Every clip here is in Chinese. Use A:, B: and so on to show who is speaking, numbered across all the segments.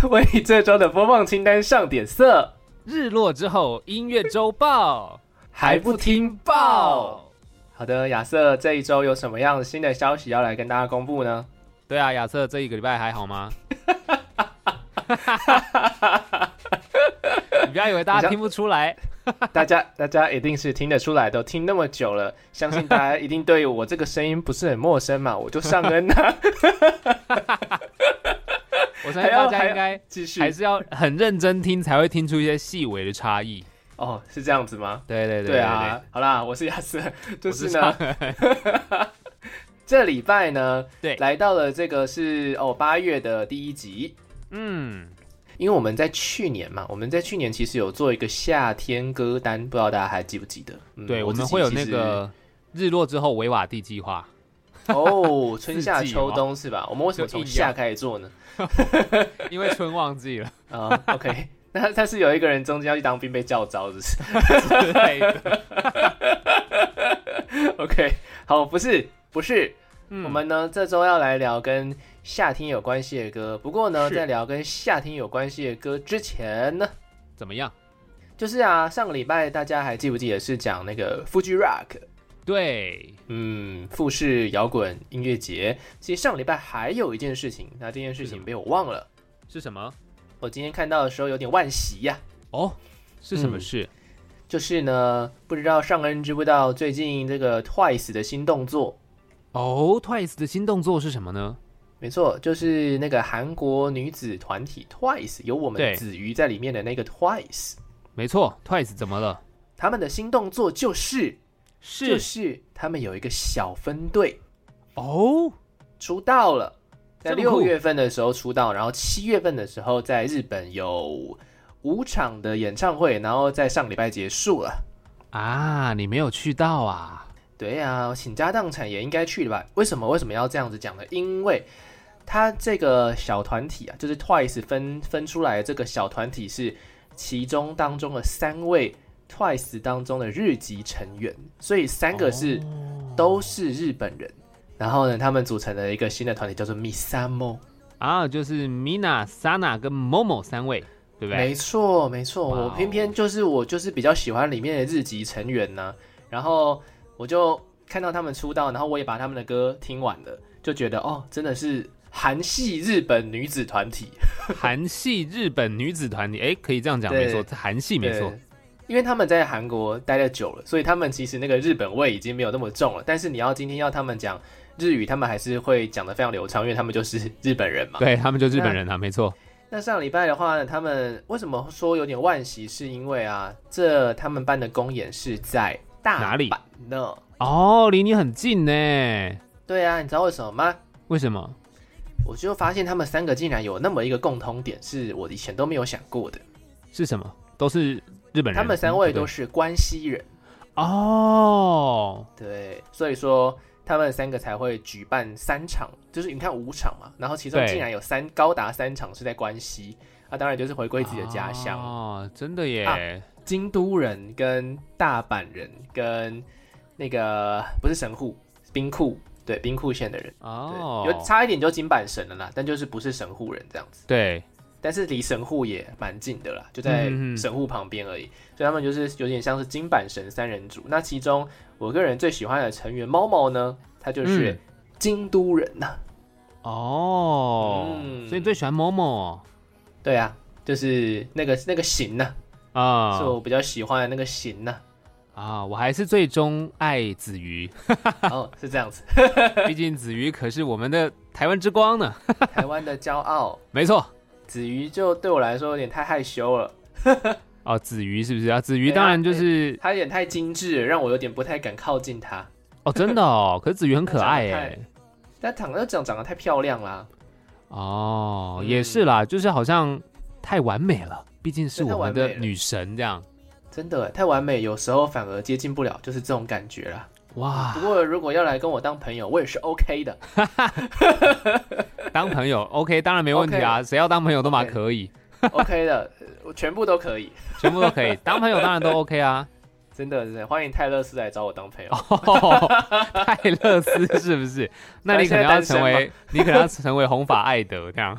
A: 为你这周的播放清单上点色，
B: 日落之后音乐周报
A: 还不听报？好的，亚瑟，这一周有什么样新的消息要来跟大家公布 呢？
B: 对啊，亚瑟这一个礼拜还好 吗？你不要以为大家听不出来，
A: 大家大家一定是听得出来，都听那么久了，相信大家一定对我这个声音不是很陌生嘛。我 就上恩啊，
B: 我相信大家应该
A: 继续
B: 还是要很认真听，才会听出一些细微的差异。
A: 哦，是这样子吗？
B: 对对对
A: 对啊，，好啦，我是亚瑟，
B: 对
A: 就是
B: 我
A: 呢，
B: 上恩
A: 这礼拜呢，
B: 对
A: 来到了这个是哦八月的第一集，
B: 嗯，
A: 因为我们在去年嘛，我们在去年其实有做一个夏天歌单，不知道大家还记不记得？嗯
B: 对，我
A: 自
B: 们
A: 己
B: 会有
A: 其
B: 那
A: 实
B: 个日落之后维瓦蒂计划。
A: 哦，春夏
B: 四季
A: 秋
B: 嘛
A: 冬是吧？我们为什么
B: 就
A: 从
B: 硬
A: 夏
B: 要
A: 开始 做呢？
B: 因为春忘记 了
A: 啊、o k 那但是有一个人中间要去当兵被叫招，是不是
B: 之类的。
A: ？OK，好，不是不是，
B: 嗯
A: 我们呢这周要来聊跟夏天有关系的歌。不过呢，
B: 是
A: 在聊跟夏天有关系的歌之前呢，
B: 怎么样？
A: 就是啊，上个礼拜大家还记不记得是讲那个 Fuji Rock，
B: 对，
A: 嗯，富士摇滚音乐节。其实上个礼拜还有一件事情，那这件事
B: 是什
A: 情
B: 么
A: 被我忘了。
B: 是什么？
A: 我今天看到的时候有点惋惜呀、
B: 哦，是什么事？
A: 嗯就是呢，不知道上恩知不知道最近这个 Twice 的新动作？
B: 哦，Twice 的新动作是什么呢？
A: 没错，就是那个韩国女子团体 Twice，有我们
B: 对
A: 子瑜在里面的那个 Twice。
B: 没错，Twice 怎么了？
A: 他们的新动作就是就是是他们有一个小分队
B: 哦，
A: 出道了，在
B: 这么酷
A: 六月份的时候出道，然后七月份的时候在日本有五场的演唱会，然后在上礼拜结束了。
B: 啊，你没有去到啊？
A: 对啊，倾家荡产也应该去的吧？为什么为什么要这样子讲呢？因为他这个小团体啊，就是 Twice 分分出来的这个小团体是其中当中的三位 Twice 当中的日籍成员，所以三个是
B: 哦
A: 都是日本人。然后呢，他们组成了一个新的团体，叫做 Misamo。
B: 啊，就是 Mina、Sana 跟 Momo 三位，对不对？
A: 没错，没错，
B: 哇哦
A: 我偏偏就是我就是比较喜欢里面的日籍成员呢、然后我就看到他们出道，然后我也把他们的歌听完了，就觉得哦，真的是韩系日本女子团体，
B: 韩系日本女子团体，哎，可以这样讲，
A: 对
B: 没错，这韩系没错
A: 对。。因为他们在韩国待的久了，所以他们其实那个日本味已经没有那么重了。但是你要今天要他们讲日语，他们还是会讲得非常流畅，因为他们就是日本人嘛。
B: 对他们就日本人啊，没错。
A: 那上礼拜的话呢，他们为什么说有点惋惜？是因为啊，这他们办的公演是在大
B: 哪里
A: 阪呢？
B: 哦，离你很近呢，
A: 对啊，你知道为什么吗？
B: 为什么？
A: 我就发现他们三个竟然有那么一个共通点，是我以前都没有想过的。
B: 是什么？都是日本人。
A: 他们三位
B: 对不对
A: 都是关西人，
B: 哦，
A: 对，所以说他们三个才会举办三场，就是你看五场嘛，然后其中
B: 对
A: 竟然有三高达三场是在关西，那、当然就是回归自己的家乡。
B: 哦，真的耶，
A: 啊京都人跟大阪人跟那个不是神户兵库，对兵库县的人，对，
B: 哦，
A: 有差一点就金板神了啦，但就是不是神户人这样子，
B: 对，
A: 但是离神户也蛮近的啦，就在
B: 嗯嗯嗯
A: 神户旁边而已，所以他们就是有点像是金板神三人组。那其中我个人最喜欢的成员猫猫呢，他就是
B: 嗯
A: 京都人呐、
B: 哦，
A: 嗯
B: 所以你最喜欢某某
A: 对啊，就是那个那个型呐、
B: 啊
A: 是我比较喜欢的那个型呐、
B: 啊，我还是最终爱子 瑜，
A: 哦，是这样子，
B: 毕竟子瑜可是我们的台湾之光呢，
A: 台湾的骄傲。
B: 没错。
A: 子瑜就对我来说有点太害羞了，
B: 哦，子瑜是不是啊？子瑜
A: 对啊
B: 当然就是、
A: 他有点太精致了，让我有点不太敢靠近他。
B: 哦，真的 哦。可是子瑜很可爱
A: 他长
B: 哎
A: 得。但长得长长得太漂亮啦，
B: 哦，
A: 嗯
B: 也是啦，就是好像太完美了，毕竟是
A: 对太
B: 我们
A: 完美
B: 的
A: 了
B: 女神这样。
A: 真的太完美，有时候反而接近不了，就是这种感觉啦。
B: 哇
A: 不，过如果要来跟我当朋友，我也是 OK 的。
B: 当朋友 OK，当然没问题啊，谁要当朋友都嘛
A: OK
B: 可以，
A: OK 的，呃我全部都可以，
B: 全部都可以，当朋友当然都 OK 啊。
A: 真的，真的欢迎泰勒斯来找我当朋友。
B: 哦泰勒斯是不 是？那你可能要成为，你可能要成为红发艾德这样，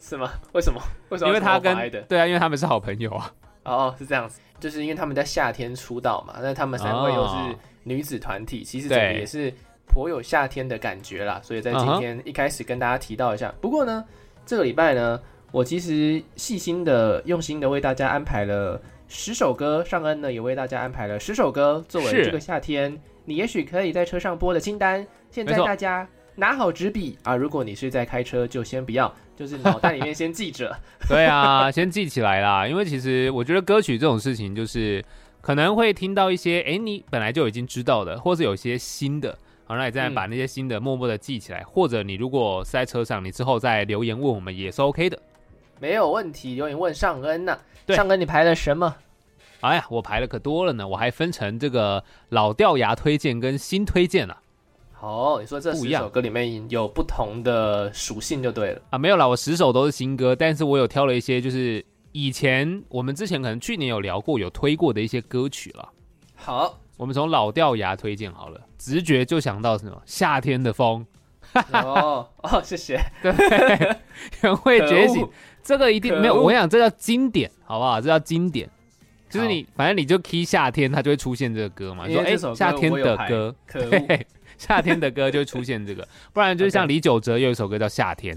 A: 是吗？为什么？为什么
B: 因
A: 要
B: 为
A: 这么
B: 他
A: 白的
B: 跟 对啊，因为他们是好朋友啊。
A: 哦，是这样子，就是因为他们在夏天出道嘛，那他们三位又
B: 哦
A: 是女子团体，其实整个
B: 对
A: 也是颇有夏天的感觉啦，所以在
B: 嗯
A: 今
B: 哼
A: 天一开始跟大家提到一下。不过呢，这个礼拜呢，我其实细心的、用心的为大家安排了十首歌，尚恩呢也为大家安排了十首歌，作为
B: 是
A: 这个夏天你也许可以在车上播的清单。现在
B: 没错
A: 大家拿好纸笔啊，如果你是在开车，就先不要，就是脑袋里面先记着。
B: 对啊，先记起来啦，因为其实我觉得歌曲这种事情，就是可能会听到一些，哎，你本来就已经知道的，或是有一些新的。好，那你再
A: 嗯
B: 把那些新的默默的记起来，或者你如果是在车上，你之后再留言问我们也是 OK 的。
A: 没有问题，留言问尚恩呐、
B: 对
A: 尚恩你排了什么？
B: 哎呀，我排的可多了呢，我还分成这个老掉牙推荐跟新推荐啊了
A: 哦，你说这
B: 不
A: 十
B: 一样
A: 首歌里面有不同的属性就对了。
B: 啊，没有啦，我十首都是新歌，但是我有挑了一些就是以前我们之前可能去年有聊过有推过的一些歌曲了。
A: 好，
B: 我们从老掉牙推荐好了，直觉就想到什么夏天的风，
A: 哦哦，谢 谢。
B: 对，人会觉醒
A: 可恶，
B: 这个一定
A: 可恶
B: 没有，我想这叫经典，好不好？这叫经典，就是
A: 好
B: 你反正你就 key 夏天，它就会出现这个歌嘛。你
A: 因
B: 说
A: 为
B: 哎
A: 这首，歌
B: 夏天
A: 我有
B: 的
A: 排
B: 歌，
A: 可恶。
B: 对，夏天的歌就会出现这个，不然就是像
A: OK
B: 李玖哲有一首歌叫《夏天》，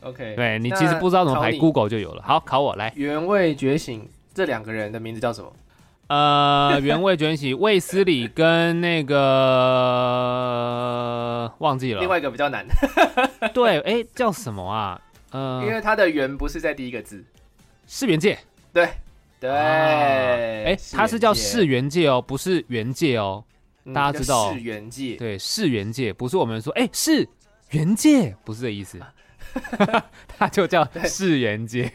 A: OK，
B: 对你
A: 那
B: 其实不知道怎么
A: 考
B: 排
A: 你
B: ，Google 就有了。好，考我来，
A: 原味觉醒这两个人的名字叫什么？
B: 呃，原味卷喜、卫斯理跟那个忘记了，
A: 另外一个比较难，
B: 对，哎，叫什么啊？呃
A: 因，为它的原不是在第一个字。
B: 世元界，
A: 对，
B: 哎、它是叫世
A: 世
B: 元界哦，不是元界哦。
A: 元界，
B: 大家知道
A: 嗯叫世元界。
B: 对，世元界不是我们说，哎、是元界，不是这意 思。它就叫
A: 对
B: 世元界，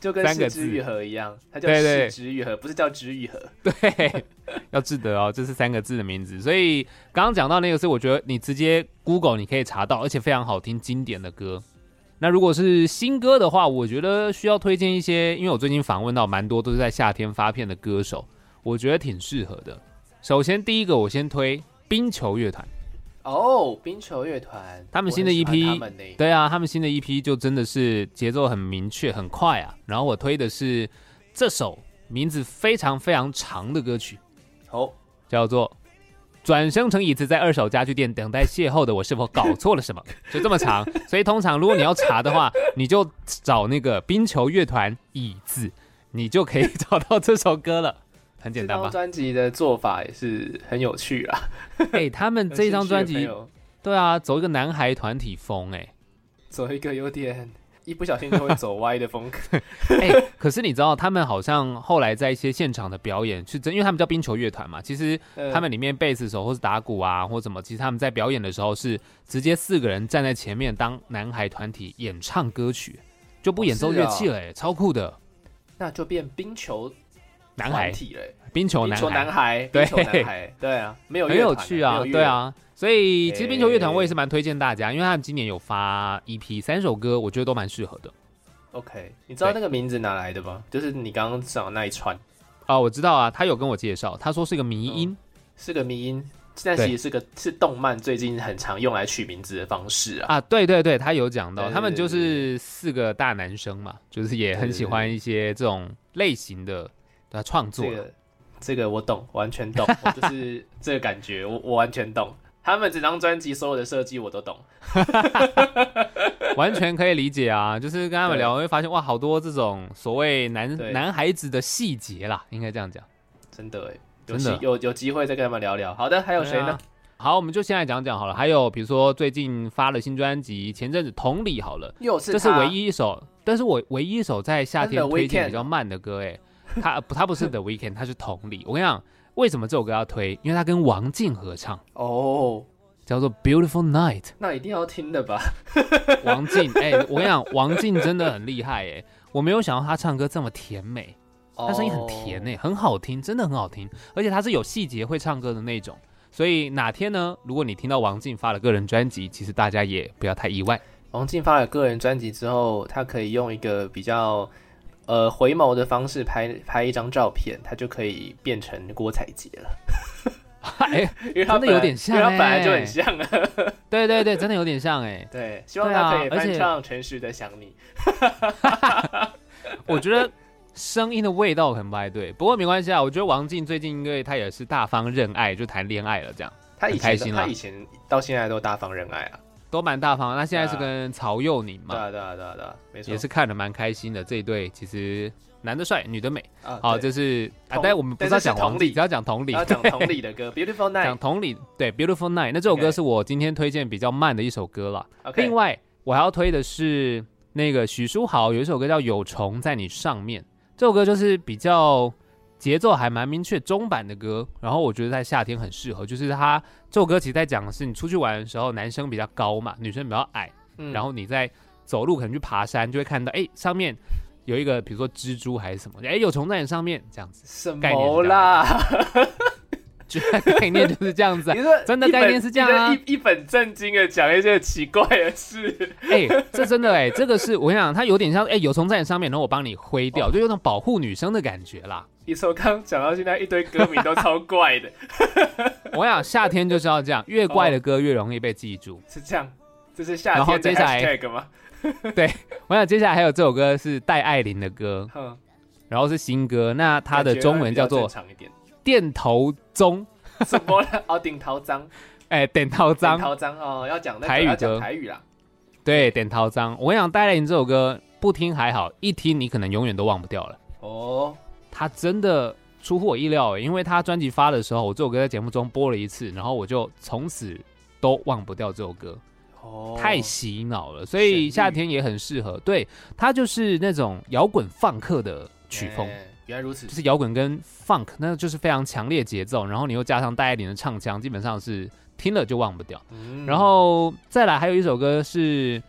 A: 就跟
B: 三个
A: 四
B: 字
A: 之愈合一样，它叫
B: 对
A: 四
B: 对
A: 之愈合，不是叫之愈合。
B: 对，要记得哦，这是三个字的名字。所以刚刚讲到那个是，我觉得你直接 Google 你可以查到，而且非常好听，经典的歌。那如果是新歌的话，我觉得需要推荐一些，因为我最近访问到蛮多都是在夏天发片的歌手，我觉得挺适合的。首先第一个，我先推冰球乐团。
A: 哦，冰球乐团，
B: 他们
A: 我
B: 新
A: 很
B: 的
A: 喜欢
B: EP
A: 他们呢
B: 对啊，他们新的一批就真的是节奏很明确，很快啊。然后我推的是这首名字非常非常长的歌曲，
A: 好，
B: 叫做“转生成椅子，在二手家具店等待邂逅的我是否搞错了什么”，就这么长。所以通常如果你要查的话，你就找那个冰球乐团椅子，你就可以找到这首歌了。很简
A: 这
B: 单
A: 张
B: 吧？
A: 专辑的做法也是很有趣啊。
B: 哎、他们 这张专
A: 有兴趣
B: 辑
A: 的朋，友
B: 对啊，走一个男孩团体风、哎
A: 走一个有点一不小心就会走歪 的风格。
B: 哎、哎、可是你知道，他们好像后来在一些现场的表演，是真，因为他们叫冰球乐团嘛，其实
A: 呃
B: 他们里面贝斯手或是打鼓啊，或什么，其实他们在表演的时候是直接四个人站在前面当男孩团体演唱歌曲，就不演奏乐器了、
A: 啊
B: 欸，超酷的
A: 那就变冰球
B: 男
A: 团
B: 孩
A: 体了，
B: 冰球哦
A: 冰
B: 男
A: 球男
B: 孩，
A: 孩，
B: 对
A: 冰球男孩，对啊，没有
B: 很
A: 乐团
B: 有趣啊，
A: 没有乐
B: 对啊。所以其实冰球乐团
A: 哎
B: 我也是蛮推荐大家，因为他们今年有发 EP 三首歌，我觉得都蛮适合的。
A: ，OK，你知道
B: 对
A: 那个名字哪来的吗？就是你刚刚讲的那一串，
B: 啊、我知道啊，他有跟我介绍，他说是个迷音，
A: 嗯是个迷音，但
B: 对
A: 其实是个是动漫最近很常用来取名字的方式啊。
B: 啊，对对对，他有讲到，
A: 对对
B: 他们就
A: 对
B: 是四个大男生嘛，就是也很喜欢一些这种类型的的创作
A: 这
B: 啦。
A: 个这个我懂，完全懂，我就是这个感觉，我我完全懂。他们整张专辑所有的设计我都懂，
B: 完全可以理解 啊，就是跟他们聊，会发现哇，好多这种所谓男
A: 对
B: 男孩子的细节啦，应该这样讲。
A: 真的哎，有
B: 真
A: 机
B: 的
A: 有有机会再跟他们聊聊。好的，还
B: 还
A: 有谁呢？？
B: 啊好，我们就先来讲讲好了。还有比如说最近发了新专辑，前阵子《同理》好了，
A: 又是
B: 这是
A: 他
B: 唯一一首，但是我唯一一首在夏天
A: The
B: 推荐
A: Weeknd
B: 比较慢的歌、欸，哎，他他不是 The Weeknd，他是《同理》。我跟你讲，为什么这首歌要推？因为他跟王静合唱，
A: 哦，
B: 叫做《Beautiful Night》。
A: 那一定要听的吧？
B: 王静，哎、我跟你讲，王静真的很厉害哎、我没有想到他唱歌这么甜美，他声音很甜欸诶、
A: 哦
B: 很好听，真的很好听，而且他是有细节会唱歌的那种。所以哪天呢，如果你听到王静发了个人专辑，其实大家也不要太意外。
A: 王静发了个人专辑之后，他可以用一个比较呃回眸的方式拍拍一张照片，他就可以变成郭采洁 了，
B: 哎，
A: 因为他
B: 真的
A: 本来
B: 有点像
A: 因为他本来
B: 欸
A: 就很像啊。
B: 对对对，真的有点像哎、
A: 对，希望
B: 对啊
A: 他可以
B: 而
A: 翻
B: 且
A: 唱陈实的《想你》。
B: 我觉得声音的味道很不太对，不过没关系啊。我觉得王静最近因为她也是大方认爱，就谈恋爱了，这样
A: 他以
B: 很开
A: 前
B: 心啦
A: 他以前到现在都大方认爱啊，
B: 都蛮大方的。那现在是
A: 对啊
B: 跟曹佑宁嘛，
A: 对啊对啊对啊对啊，没错，
B: 也是看得蛮开心的。这一对其实男的帅，女的美。
A: 啊，
B: 好，
A: 对
B: 这是啊，
A: 同
B: 但我们不是要讲
A: 但是是
B: 王
A: 同
B: 静，
A: 理啊
B: 只要讲同理，
A: 要讲同理的歌，《Beautiful
B: 对讲
A: Night
B: 同理。对，Beautiful Night 那这首歌
A: OK
B: 是我今天推荐比较慢的一首歌了。》。
A: OK，
B: 另外，我还要推的是那个许书豪有一首歌叫《有虫在你上面》，这首歌就是比较节奏还蛮明确中版的歌，然后我觉得在夏天很适合，就是它这首歌其实在讲的是你出去玩的时候，男生比较高嘛，女生比较矮，
A: 嗯
B: 然后你在走路可能去爬山就会看到，哎，上面有一个比如说蜘蛛还是什么，哎，有虫在你上面这样子，
A: 什
B: 概念是
A: 么
B: 这样
A: 啦？
B: 就概念就是这样子、啊
A: 你。说
B: 真的
A: 一本
B: 概念是这样啊
A: 你这一一本正经的讲一些奇怪的事，
B: 哎、这真的哎、这个是我跟你讲，它有点像哎、有虫在你上面，然后我帮你挥掉，就有种保护女生的感觉啦。
A: 你从刚讲到现在，一堆歌名都超怪的，
B: 我想夏天就是要这样，越怪的歌越容易被记住。
A: 是这样。这是夏
B: 然后
A: 天的
B: 接下来
A: hashtag 吗？
B: 我想接下来还有这首歌是戴爱玲的歌，
A: 哼，
B: 然后是新歌，那它的
A: 感觉
B: 中文叫
A: 比较
B: 做
A: 正常一点，
B: 《电头棕》，
A: 什么啦？ 哦，顶头 脏，
B: 哎，点头
A: 顶
B: 脏，
A: 头脏哦，要讲那
B: 台
A: 个
B: 语
A: 要讲
B: 歌
A: 台语啦。
B: 对，点头脏。我想戴爱玲这首歌不听还好，一听你可能永远都忘不掉了。
A: 哦，
B: 他真的出乎我意料欸，因为他专辑发的时候，我这首歌在节目中播了一次，然后我就从此都忘不掉这首歌，
A: 哦，
B: 太洗脑了，所
A: 旋
B: 以
A: 律
B: 夏天也很适合。对，它就是那种摇滚放克的曲风。
A: 哎原来如此
B: 就。是摇滚跟 funk，那就是非常强烈节奏，然后你又加上带一点的唱腔，基本上是听了就忘不掉。
A: 嗯
B: 然后再来还有一首歌是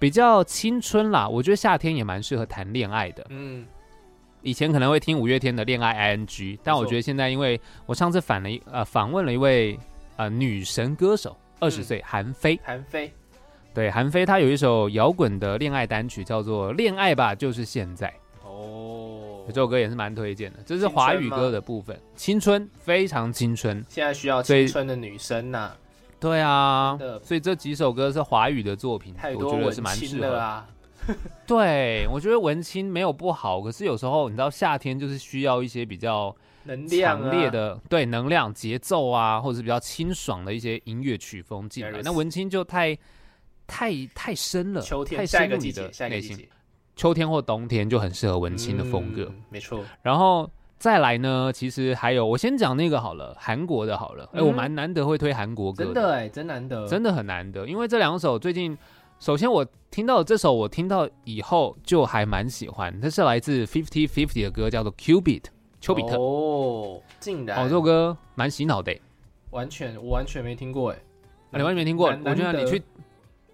B: 比较青春啦，我觉得夏天也蛮适合谈恋爱的。
A: 嗯，
B: 以前可能会听五月天的《恋爱 ING》，但
A: 没错
B: 我觉得现在，因为我上次反了一呃访问了一位呃女神歌手，二十
A: 嗯
B: 岁韩非，
A: 韩非
B: 对韩非她有一首摇滚的恋爱单曲叫做《恋爱吧就是现在》，
A: 哦
B: 这首歌也是蛮推荐的，这是
A: 青春
B: 华语
A: 吗
B: 歌的部分，青春非常青春，
A: 现在需要
B: 所以
A: 青春的女生呐、
B: 对啊
A: 真，的
B: 所以这几首歌是华语的作品，
A: 太
B: 我
A: 多
B: 觉
A: 文
B: 得是蛮
A: 青
B: 适
A: 了
B: 合。
A: 啊。
B: 对，我觉得文青没有不好，可是有时候你知道夏天就是需要一些比较。
A: 能量、啊、
B: 强烈的对能量、节奏啊，或者是比较清爽的一些音乐曲风进来
A: Yes。
B: 那文青就太太太深了，
A: 秋天，
B: 呃太
A: 下一
B: 深入
A: 个
B: 你
A: 季
B: 的
A: 节，下一个
B: 内
A: 季
B: 心。
A: 节，
B: 秋天或冬天就很适合文青的风格。
A: 嗯没错。
B: 然后再来呢，其实还有我先讲那个好了，韩国的好了。哎、
A: 嗯
B: 我蛮难得会推韩国歌
A: 真的哎、真难得，
B: 真的很难得，因为这两首最近，首先我听到这首，我听到以后就还蛮喜欢，它是来自 Fifty Fifty 的歌，叫做 Cubit 丘比特。哦，
A: 哦，竟然
B: 这首歌蛮洗脑的、
A: 完全我完全没听过哎、
B: 啊你完全没听过，
A: 难
B: 我觉
A: 难
B: 得你
A: 得
B: 去，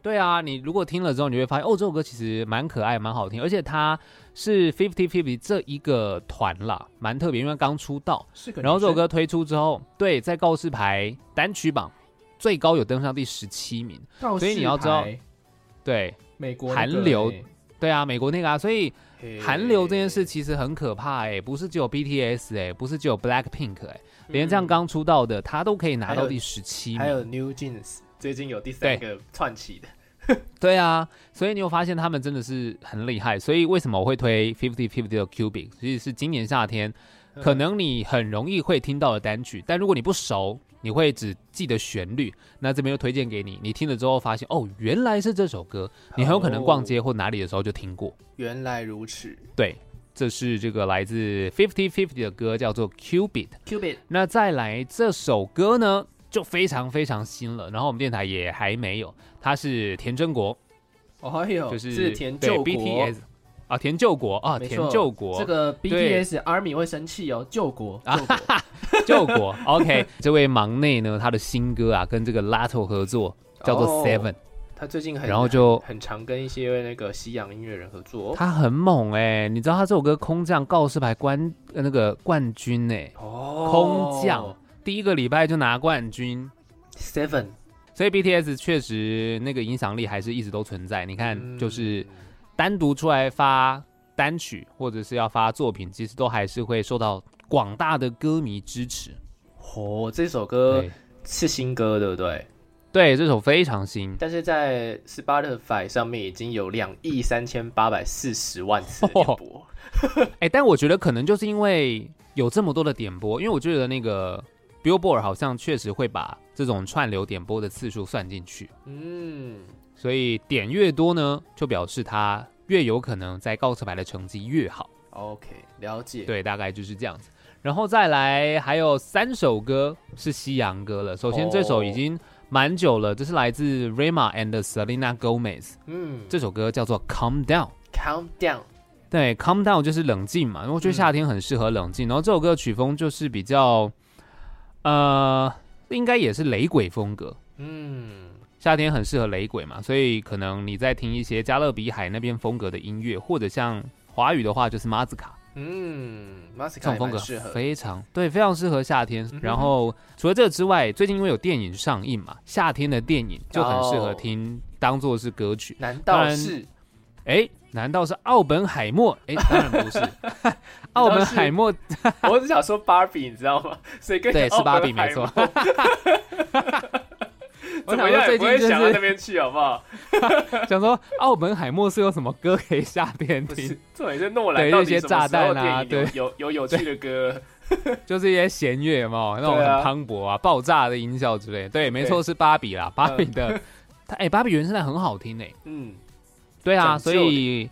B: 对啊，你如果听了之后，你会发现哦，这首歌其实蛮可爱、蛮好听，而且它是 Fifty Fifty 这一个团啦，蛮特别，因为刚出道。
A: 是个女生
B: 然后这首歌推出之后，对，在告示牌单曲榜最高有登上第十七名，
A: 告示
B: 所以你要知道
A: 牌
B: 对，
A: 美国欸
B: 韩
A: 那个
B: 流
A: 哎
B: 对啊，美国那个啊，所以
A: 嘿
B: 韩流这件事其实很可怕哎、不是只有 BTS 哎、不是只有 Blackpink 哎、连这样
A: 嗯
B: 刚出道的他都可以拿
A: 还
B: 到
A: 有
B: 第十七名
A: 还，有 New Jeans 最近有第三个串起的，
B: 对啊，所以你有发现他们真的是很厉害。所以为什么我会推 Fifty Fifty 的 Cubic，其实是今年夏天
A: 嗯
B: 可能你很容易会听到的单曲，但如果你不熟，你会只记得旋律。那这边就推荐给你，你听了之后发现哦，原来是这首歌，你很有可能逛街或哪里的时候就听过。
A: 原来如此
B: 对，这是这个来自 Fifty Fifty 的歌，叫做 Cubit。
A: ，Cupid
B: 那再来这首歌呢，就非常非常新了，然后我们电台也还没有，它是田真国。
A: 哦哟，
B: 就是
A: 是田
B: 对
A: 救国
B: BTS 啊，田救国啊，
A: 没
B: 田
A: 错
B: 救国，
A: 这个
B: 对
A: BTS Army 会生气哦，救国 救
B: 救
A: 国，
B: 国。OK，这位忙内呢，他的新歌啊，跟这个 Lato 合作，叫做
A: 哦
B: Seven，、
A: 他最近很
B: 然后就
A: 很常跟一些那个西洋音乐人合作哦。
B: 他很猛哎、你知道他这首歌《空降》告示牌冠呃那个冠军哎、
A: 哦
B: 空降、第一个礼拜就拿冠军，
A: Seven，
B: 所以 BTS 确实那个影响力还是一直都存在。你看，就是
A: 嗯
B: 单独出来发单曲或者是要发作品，其实都还是会受到广大的歌迷支持。
A: 哦，这首歌
B: 对，
A: 是新歌，对不对？
B: 对，这首非常新。
A: 但是在 Spotify 上面已经有两亿三千八百四十万次的点播。
B: 哎、但我觉得可能就是因为有这么多的点播，因为我觉得那个 Billboard 好像确实会把这种串流点播的次数算进去，
A: 嗯，
B: 所以点越多呢，就表示它越有可能在告示牌的成绩越好。
A: OK，了解。，
B: 对，大概就是这样子。然后再来还有三首歌是西洋歌了，首先这首已
A: 哦
B: 经蛮久了，这是来自 Rema and Selena Gomez
A: 嗯，
B: 这首歌叫做《Calm Down》。
A: Countdown，
B: 对，calm down 就是冷静嘛，因为我觉
A: 嗯
B: 得夏天很适合冷静。然后这首歌的曲风就是比较，呃，应该也是雷鬼风格，
A: 嗯，
B: 夏天很适合雷鬼嘛，所以可能你在听一些加勒比海那边风格的音乐，或者像华语的话就是马子卡
A: 嗯 m a s
B: 这种
A: k
B: 风格
A: 适合。嗯
B: 非常对，非常适合夏天。
A: 哼
B: 然后除了这之外，最近因为有电影上映嘛，夏天的电影就很适合
A: 哦
B: 听，当做是歌曲。
A: 难
B: 当
A: 道
B: 然
A: 是
B: 哎，难道是奥本海默？哎，当然 不是，奥本海默
A: 我只想说芭比，你知道吗？ 谁跟
B: 对，
A: 你
B: 是芭比没错。
A: 奥本海默
B: 我
A: 怎
B: 想说
A: 么样也
B: 最
A: 不
B: 近
A: 会
B: 就
A: 想到那
B: 是
A: 边去， 好不好？
B: 想说奥本海默是有什么歌可以夏天
A: 不是
B: 听，，
A: 重点是诺兰
B: 对
A: 到
B: 那
A: 底
B: 些
A: 什么时候
B: 炸弹啊
A: 电影有有有有趣 的歌？
B: 就是一些弦乐嘛，那种
A: 对啊
B: 很磅礴啊、爆炸的音效之类。对，没错，
A: 对
B: 是芭比啦，芭比的，它哎，芭比原声带很好听诶。
A: 嗯，
B: 对啊，
A: 拯救
B: 所以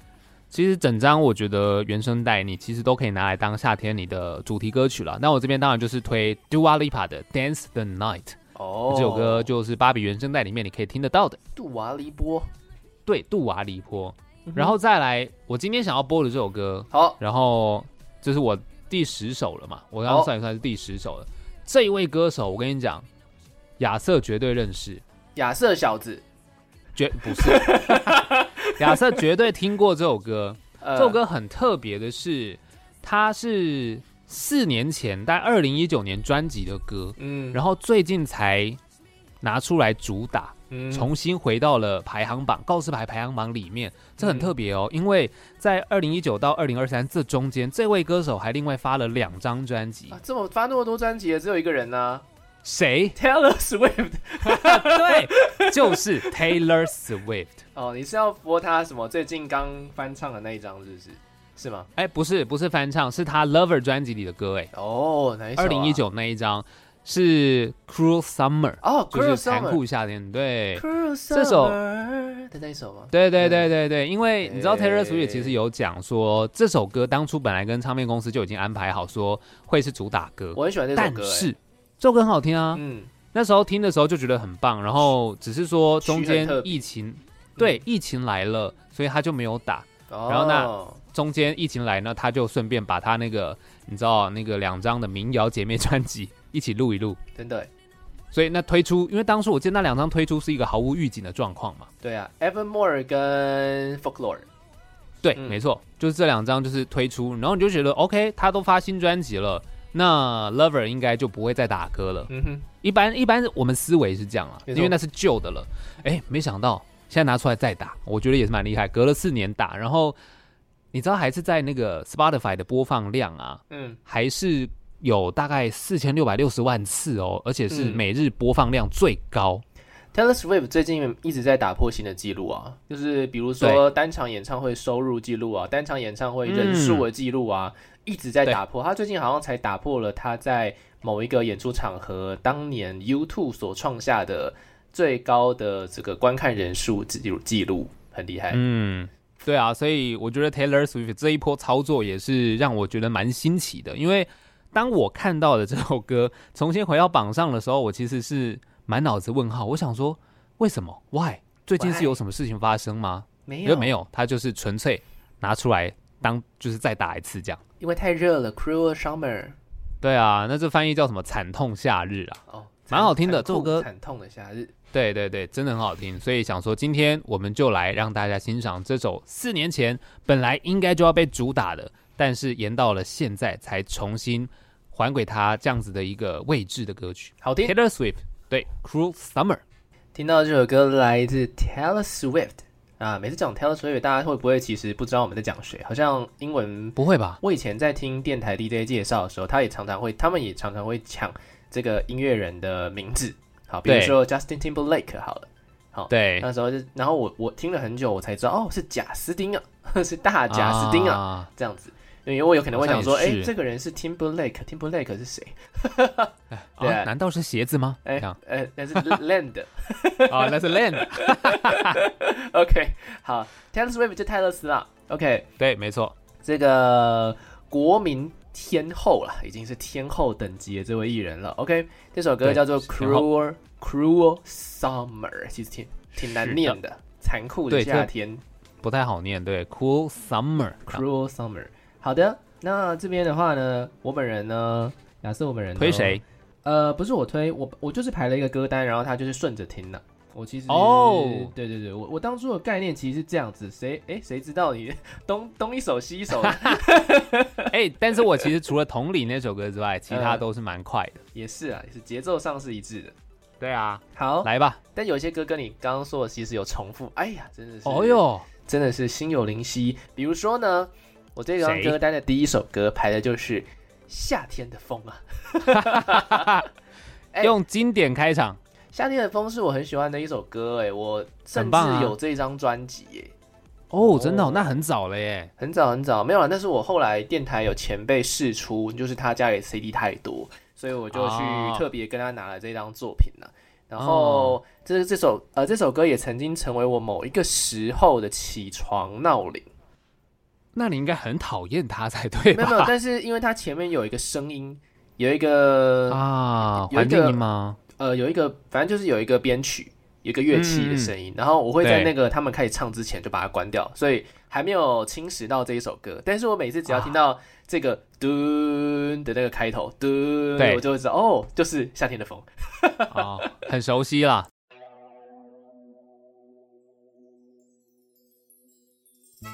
B: 其实整张我觉得原声带你其实都可以拿来当夏天你的主题歌曲了。那我这边当然就是推 Dua Lipa 的《Dance the Night》
A: 哦，
B: 这首歌，就是芭比原声带里面你可以听得到的。
A: 杜瓦黎波。
B: 对，杜瓦离坡，
A: 嗯
B: 然后再来，我今天想要播的这首歌，
A: 好，
B: 然后这是我第十首了嘛，我刚刚
A: 好
B: 算一算是第十首了。这一位歌手，我跟你讲，亚瑟绝对认识，
A: 亚瑟小子，
B: 绝不是， 亚瑟绝对听过这首歌。
A: 呃
B: 这首歌很特别的是，它是四年前，在二零一九年专辑的歌，
A: 嗯，
B: 然后最近才拿出来主打。
A: 嗯
B: 重新回到了排行榜告示牌排行榜里面，这
A: 嗯
B: 很特别哦，因为在二零一九到二零二三这中间，这位歌手还另外发了两张专辑
A: 啊，，这么发那么多专辑的只有一个人呢？
B: 谁
A: ，Taylor Swift。
B: 对，就是 Taylor Swift。
A: 哦，你是要播他什么？最近刚翻唱的那一张是不是？是吗？
B: 哎，不是，不是翻唱，是他 Lover 专辑里的歌，哎，
A: 哦，哪一首、啊？
B: 二零一。九那一张是 Cruel Summer，
A: 哦
B: 就是
A: ，Cruel
B: 残
A: Summer。
B: 酷夏天，对。
A: Cruel
B: 这首
A: Summer 的那一首吗？
B: 对对对对对，因为你知道
A: 诶
B: Taylor Swift 其实有讲说，这首歌当初本来跟唱片公司就已经安排好说会是主打歌，
A: 我很喜欢这首
B: 但
A: 歌、欸。
B: 是这首歌很好听啊，
A: 嗯，
B: 那时候听的时候就觉得很棒，然后只是说中
A: 曲很
B: 间
A: 特别嗯
B: 疫情，对疫情来了，所以他就没有打。
A: 哦、
B: 然后那中间疫情来呢，他就顺便把他那个你知道那个两张的民谣姐妹专辑一起录一录。
A: 真的欸，
B: 所以那推出，因为当初我见那两张推出是一个毫无预警的状况嘛，
A: 对啊，Evermore 跟 Folklore，
B: 对，
A: 嗯
B: 没错，就是这两张就是推出，然后你就觉得 OK，他都发新专辑了，那 Lover 应该就不会再打歌了。
A: 嗯哼，
B: 一般一般我们思维是这样啦，
A: 没
B: 因
A: 错
B: 为那是旧的了。哎，没想到现在拿出来再打，我觉得也是蛮厉害。隔了四年打，然后你知道还是在那个 Spotify 的播放量啊，
A: 嗯，
B: 还是有大概四千六百六十万次哦，而且是
A: 嗯
B: 每日播放量最高。
A: Taylor Swift 最近一直在打破新的记录啊，就是比如说单场演唱会收入记录啊，单场演唱会人数的记录啊，
B: 嗯
A: 一直在打破。他最近好像才打破了他在某一个演出场合当年 YouTube 所创下的最高的这个观看人数记录记录，很厉害。
B: 嗯，对啊，所以我觉得 Taylor Swift 这一波操作也是让我觉得蛮新奇的，因为当我看到了这首歌重新回到榜上的时候，我其实是满脑子问号，我想说为什么？Why？最近是有什么事情发生吗？
A: 没
B: 因
A: 有
B: 为没有，他就是纯粹拿出来当就是再打一次这样。
A: 因为太热了，Cruel Summer
B: 对啊，那这翻译叫什么？惨痛夏日啊，
A: 哦，
B: 蛮好听的
A: 残酷
B: 这首歌
A: 惨痛的夏日，
B: 对对对，真的很好听，所以想说今天我们就来让大家欣赏这首四年前本来应该就要被主打的，但是延到了现在才重新还给他这样子的一个位置的歌曲。
A: 好听。
B: Taylor Swift 对，Cruel Summer。
A: 听到这首歌来自 Taylor Swift 啊，每次讲 Taylor Swift，大家会不会其实不知道我们在讲谁？好像英文，
B: 不会吧？
A: 我以前在听电台 DJ 介绍的时候，他也常常会，他们也常常会抢这个音乐人的名字。好，比如
B: 对
A: 说 Justin Timberlake 好了，
B: 对，
A: 那时候就，然后我我听了很久，我才知道哦，是贾斯汀啊， 是大贾斯汀啊，
B: 啊，
A: 这样子。因为我有可能会想说，
B: 好像
A: 哎、
B: 也是
A: 这个人是 Timberlake，Timberlake 是谁？对
B: 啊难道是鞋子吗？
A: 哎、
B: 这样
A: 呃，那是 Land。
B: 啊，那是 Land。
A: OK，好，Taylor Swift 就泰勒斯啦。OK，
B: 对，没错，
A: 这个国民天后啦，已经是天后等级的这位艺人了。OK，这首歌
B: 对
A: 叫做《
B: 是天后
A: Cruel Cruel Summer》，其实挺挺难念的，残酷的
B: 对这
A: 夏天。
B: 不太好念。对，Cool Summer。
A: Cruel Summer。好的，那这边的话呢，我本人呢，亚瑟我本人呢
B: 推谁？？
A: 呃，不是我推，我我就是排了一个歌单，然后他就是顺着听了。我其实
B: 哦
A: 对对对，我我当初的概念其实是这样子，谁哎谁知道你 东东一首西 一首
B: 哎，但是我其实除了同理那首歌之外，其他都是蛮快的。
A: 也是啊，也是节奏上是一致的。
B: 对啊，
A: 好，
B: 来吧。
A: 但有些歌跟你刚刚说的其实有重复，哎呀，真的是，
B: 哦，哟，
A: 真的是心有灵犀。比如说呢，我这张
B: 谁
A: 歌单的第一首歌排的就是夏天的风啊，哎
B: 用经典开场，
A: 夏天的风是我很喜欢的一首歌，哎，我
B: 很
A: 甚至
B: 棒啊
A: 有这张专辑，哎，
B: 哦，真的哦
A: 哦，
B: 那很早了耶。
A: 很早很早没有了，那是我后来电台有前辈试出，就是他家里 CD 太多，所以我就
B: 哦
A: 去特别跟他拿了这张作品了。然后这这首呃这首歌也曾经成为我某一个时候的起床闹铃，
B: 那你应该很讨厌他才对
A: 没有没有，
B: 吧？
A: 但是因为它前面有一个声音，有一个、
B: 啊，
A: 有一
B: 环
A: 个
B: 境音吗？
A: 呃有一个反正就是有一个编曲，有一个乐器的声
B: 嗯
A: 音，然后我会在
B: 对
A: 那个他们开始唱之前就把它关掉，所以还没有侵蚀到这一首歌。但是我每次只要听
B: 啊
A: 到这个嘟的那个开头嘟，
B: 对
A: 我就会知道哦，就是夏天的风。
B: 啊，很熟悉啦。
A: 嗯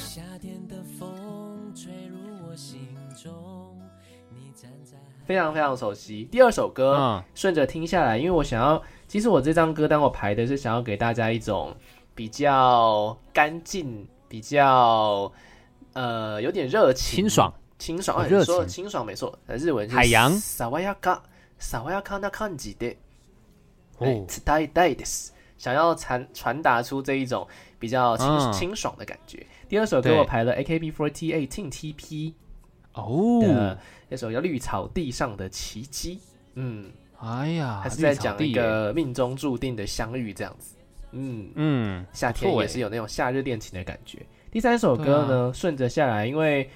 C: 夏天的风吹入我心中，你站在海
A: 非常非常熟悉。第二首歌，
B: 嗯
A: 顺着听下来，因为我想要，其实我这张歌单我排的是想要给大家一种比较干净、比较呃有点热情、
B: 清爽、
A: 清爽。
B: 哦
A: 哎
B: 热
A: 你说的
B: 情
A: 清爽没错，呃日文是
B: 海洋
A: 萨瓦亚卡、萨瓦亚卡那看几的
B: 哦，
A: 次代代的，想要传传达出这一种比较清、
B: 嗯
A: 清爽的感觉。第二首歌
B: 对
A: 我排了 AKB48 Team TP
B: 哦
A: 的，那首叫《绿草地上的奇迹》，嗯。
B: 哎呀，
A: 还是
B: 绿
A: 在
B: 草
A: 讲
B: 地
A: 一
B: 耶，
A: 个命中注定的相遇这样子。嗯，
B: 嗯，
A: 夏
B: 不
A: 天
B: 错
A: 也
B: 耶啊
A: 是有那种夏日恋情的感觉。第三首歌呢，顺着下来，因为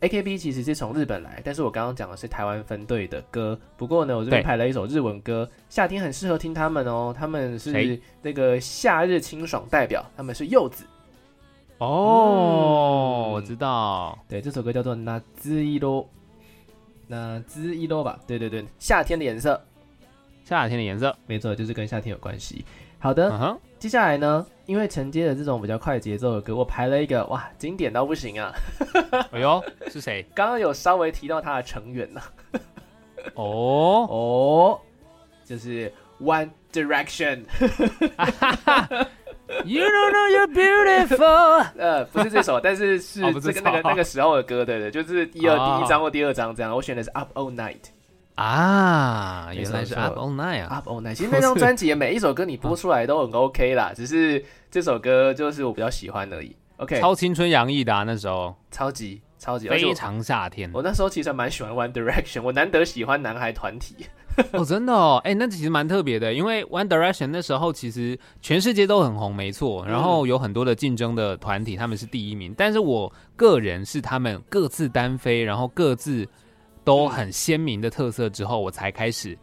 A: A K B 其实是从日本来，但是我刚刚讲的是台湾分队的歌。不过呢，我这边
B: 对
A: 排了一首日文歌，夏天很适合听他们哦。他们是
B: 谁
A: 那个夏日清爽代表，他们是柚子。
B: 哦
A: 嗯，
B: 我知道，
A: 对，这首歌叫做《那兹一罗》，那兹一罗吧？对对对，夏天的颜色，
B: 夏天的颜色，
A: 没错，就是跟夏天有关系。好的，
B: 嗯哼，
A: 接下来呢，因为承接了这种比较快节奏的歌，我排了一个哇，经典到不行啊！
B: 哎呦，是谁？
A: 刚刚有稍微提到他的成员呢、
B: 哦，
A: 哦，就是 One Direction，。
B: You don't know you're beautiful
A: 呃，不是 这首，但是是
B: 哦不是
A: 这个
B: 这
A: 那个
B: 首
A: 那个时候的歌，对对，就是一二、
B: 哦
A: 第一章或第二章这样。我选的是 Up All Night，Up
B: 啊，
A: 没
B: 原
A: 错
B: 来是
A: 没错
B: Up All Night 啊！
A: All Night。其实那张专辑的每一首歌你播出来都很 OK 啦，只是这首歌就是我比较喜欢而已。OK，
B: 超青春洋溢的啊，那时候
A: 超级超级，而且我
B: 非常夏天
A: 我那时候其实还蛮喜欢 One Direction，我难得喜欢男孩团体。
B: 哦，真的哦，哎，那其实蛮特别的，因为 One Direction 那时候其实全世界都很红，没错，
A: 嗯
B: 然后有很多的竞争的团体，他们是第一名，但是我个人是他们
A: 嗯
B: 各自单飞，然后各自都很鲜明的特色之后，我才开始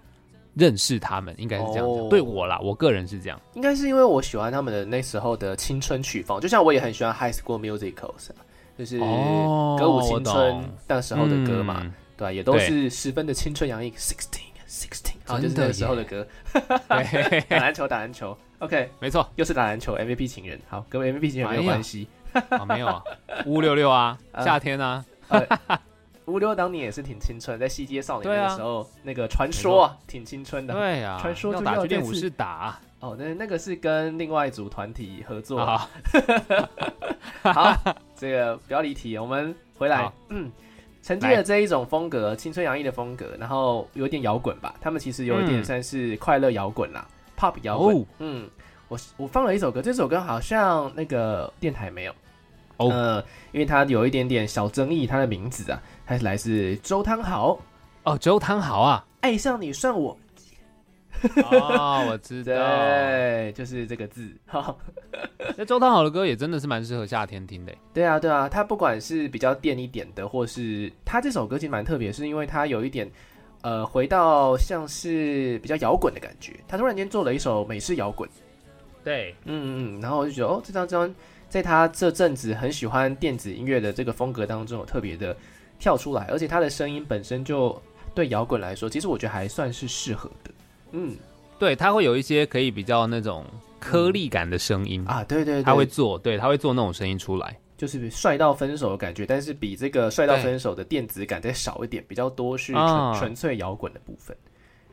B: 认识他们，应该是这样讲。
A: 哦
B: 对我啦，我个人是这样。
A: 应该是因为我喜欢他们的那时候的青春曲风，就像我也很喜欢 High School Musicals，啊就是
B: 哦
A: 歌舞青
B: 我
A: 春
B: 懂
A: 那时候的歌嘛，
B: 嗯
A: 对、啊，也都
B: 对
A: 是十分的青春洋溢，sixteen sixteen，好就是
B: 真的
A: 那个时候的
B: 耶
A: 歌，
B: 嗯对，
A: 打篮球打篮球，OK，
B: 没错，
A: 又是打篮球 MVP 情人，好，跟 MVP 情人没
B: 哎
A: 有
B: 呀
A: 关系，
B: 啊，没有啊，五六六啊，
A: 啊
B: 夏天啊，
A: 五六当年也是挺青春，在《西街少年》
B: 对啊
A: 那个时候，那个传说啊，挺青春的。
B: 对啊，
A: 传说
B: 要
A: 就
B: 打
A: 要
B: 去练
A: 这
B: 武
A: 次
B: 士打啊
A: 哦，那那个是跟另外一组团体合作。
B: 啊，
A: 好， 这个不要离题，我们回来
B: 好。
A: 嗯，承接了这一种风格，青春洋溢的风格，然后有点摇滚吧，他们其实有一点
B: 嗯
A: 算是快乐摇滚啦、p o p 摇滚。
B: 哦
A: 嗯，我我放了一首歌，这首歌好像那个电台没有。
B: 哦
A: 呃，因为它有一点点小争议，它的名字啊，它是来自周汤豪，《
B: 哦，周汤豪啊，
A: 爱上你算我
B: 哦，我知道，哦
A: 对，就是这个字。 好，
B: 那周汤豪的歌也真的是蛮适合夏天听的，
A: 对啊，对啊，他不管是比较电一点的，或是他这首歌其实蛮特别，是因为他有一点呃回到像是比较摇滚的感觉，他突然间做了一首美式摇滚，
B: 对，
A: 嗯嗯，嗯，然后我就觉得哦，这张这张在他这阵子很喜欢电子音乐的这个风格当中有特别的跳出来，而且他的声音本身就对摇滚来说，其实我觉得还算是适合的，嗯
B: 对，他会有一些可以比较那种颗粒感的声音，
A: 啊，对对对，
B: 他会做，对，他会做那种声音出来，
A: 就是帅到分手的感觉，但是比这个帅到
B: 对
A: 分手的电子感再少一点，比较多是纯
B: 啊
A: 纯、粹摇滚的部分。